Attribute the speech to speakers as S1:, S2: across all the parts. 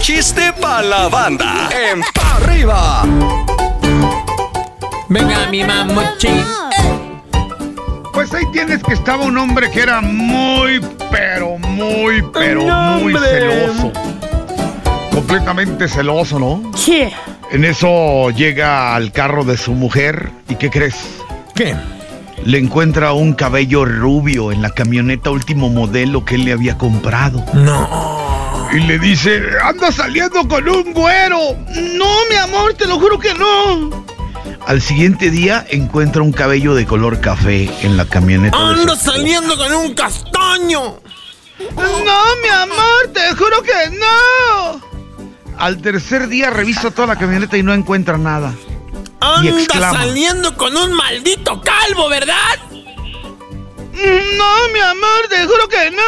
S1: chiste para la banda. En pa arriba.
S2: Venga, mi mamuchi.
S3: Pues ahí tienes que estaba un hombre que era muy, pero muy, pero
S2: Un
S3: muy
S2: hombre.
S3: celoso. Completamente celoso, ¿no?
S4: Sí.
S3: En eso llega al carro de su mujer y ¿qué crees?
S2: ¿Qué?
S3: Le encuentra un cabello rubio en la camioneta último modelo que él le había comprado.
S2: No.
S3: Y le dice, anda saliendo con un güero. No, mi amor, te lo juro que no. Al siguiente día encuentra un cabello de color café en la camioneta. de su
S2: Ando
S3: esposa.
S2: saliendo con un castaño.
S3: No, mi amor, te juro que no. Al tercer día revisa toda la camioneta y no encuentra nada. Y
S2: Anda
S3: exclama.
S2: saliendo con un maldito calvo, ¿verdad?
S3: No, mi amor, te juro que no.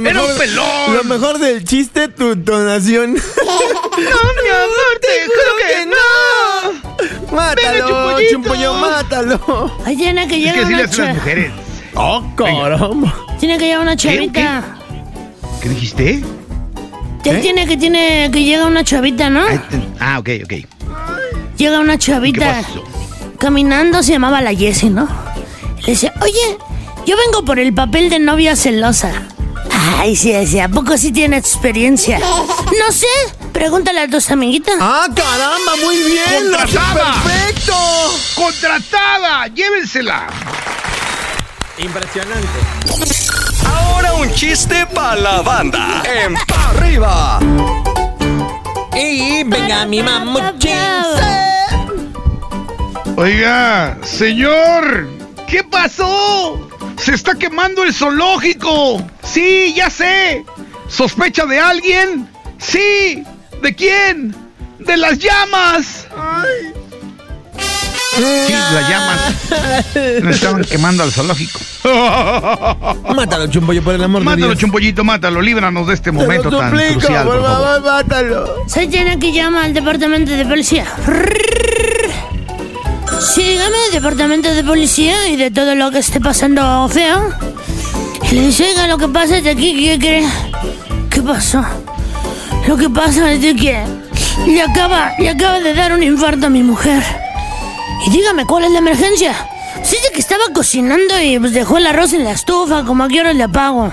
S2: Lo
S3: Era un pelón.
S2: Lo mejor del chiste, tu donación.
S3: No, mi amor, te juro que no.
S2: Mátalo,
S3: Chupollito.
S2: chumpoño, mátalo.
S4: Ahí tiene que
S3: Es
S4: llegar
S3: que sí le
S4: una
S3: hacen las
S4: chavita.
S3: mujeres.
S2: Oh, caramba.
S4: Tiene que llegar una chavita.
S3: ¿Qué dijiste?
S4: Te
S2: ¿Eh?
S4: tiene que tiene que llega una chavita, ¿no?
S3: Ah, este- Ah, ok, ok.
S4: Llega una
S3: ¿Y ¿Qué
S4: chavita
S3: pasó?
S4: caminando, se llamaba la Jessie, ¿no? Le dice, oye, yo vengo por el papel de novia celosa. Ay, sí, sí, ¿a poco sí tiene experiencia? No sé, pregúntale a tus amiguitas.
S2: Ah, caramba, muy bien. Lo hace
S3: Contratada.
S2: perfecto.
S3: ¡Contratada! ¡Llévensela!
S2: Impresionante.
S1: Ahora un chiste para la banda. En pa arriba.
S2: Y venga, mi mamuchi.
S3: Oiga, señor, ¿qué pasó? Se está quemando el zoológico. Sí, ya sé. ¿Sospecha de alguien? Sí. ¿De quién? De las llamas. Sí, las llamas. Me estaban quemando al zoológico.
S2: Mátalo, chumpoño, por el amor
S3: Mátalo,
S2: de Dios.
S3: chumpollito, mátalo. Líbranos de este
S2: Te lo
S3: momento tan
S2: suplico,
S3: crucial, por favor.
S2: favor, mátalo.
S4: Soy Jenna que llama al departamento de policía. Sí, dígame, departamento de policía y de todo lo que esté pasando feo. Y le dice, oiga, lo que pasa es de aquí, ¿qué cree? ¿Qué pasó? Lo que pasa es de que le acaba, le acaba de dar un infarto a mi mujer. Y dígame, ¿cuál es la emergencia? Sí, de que estaba cocinando y pues, dejó el arroz en la estufa, como a qué hora le apago.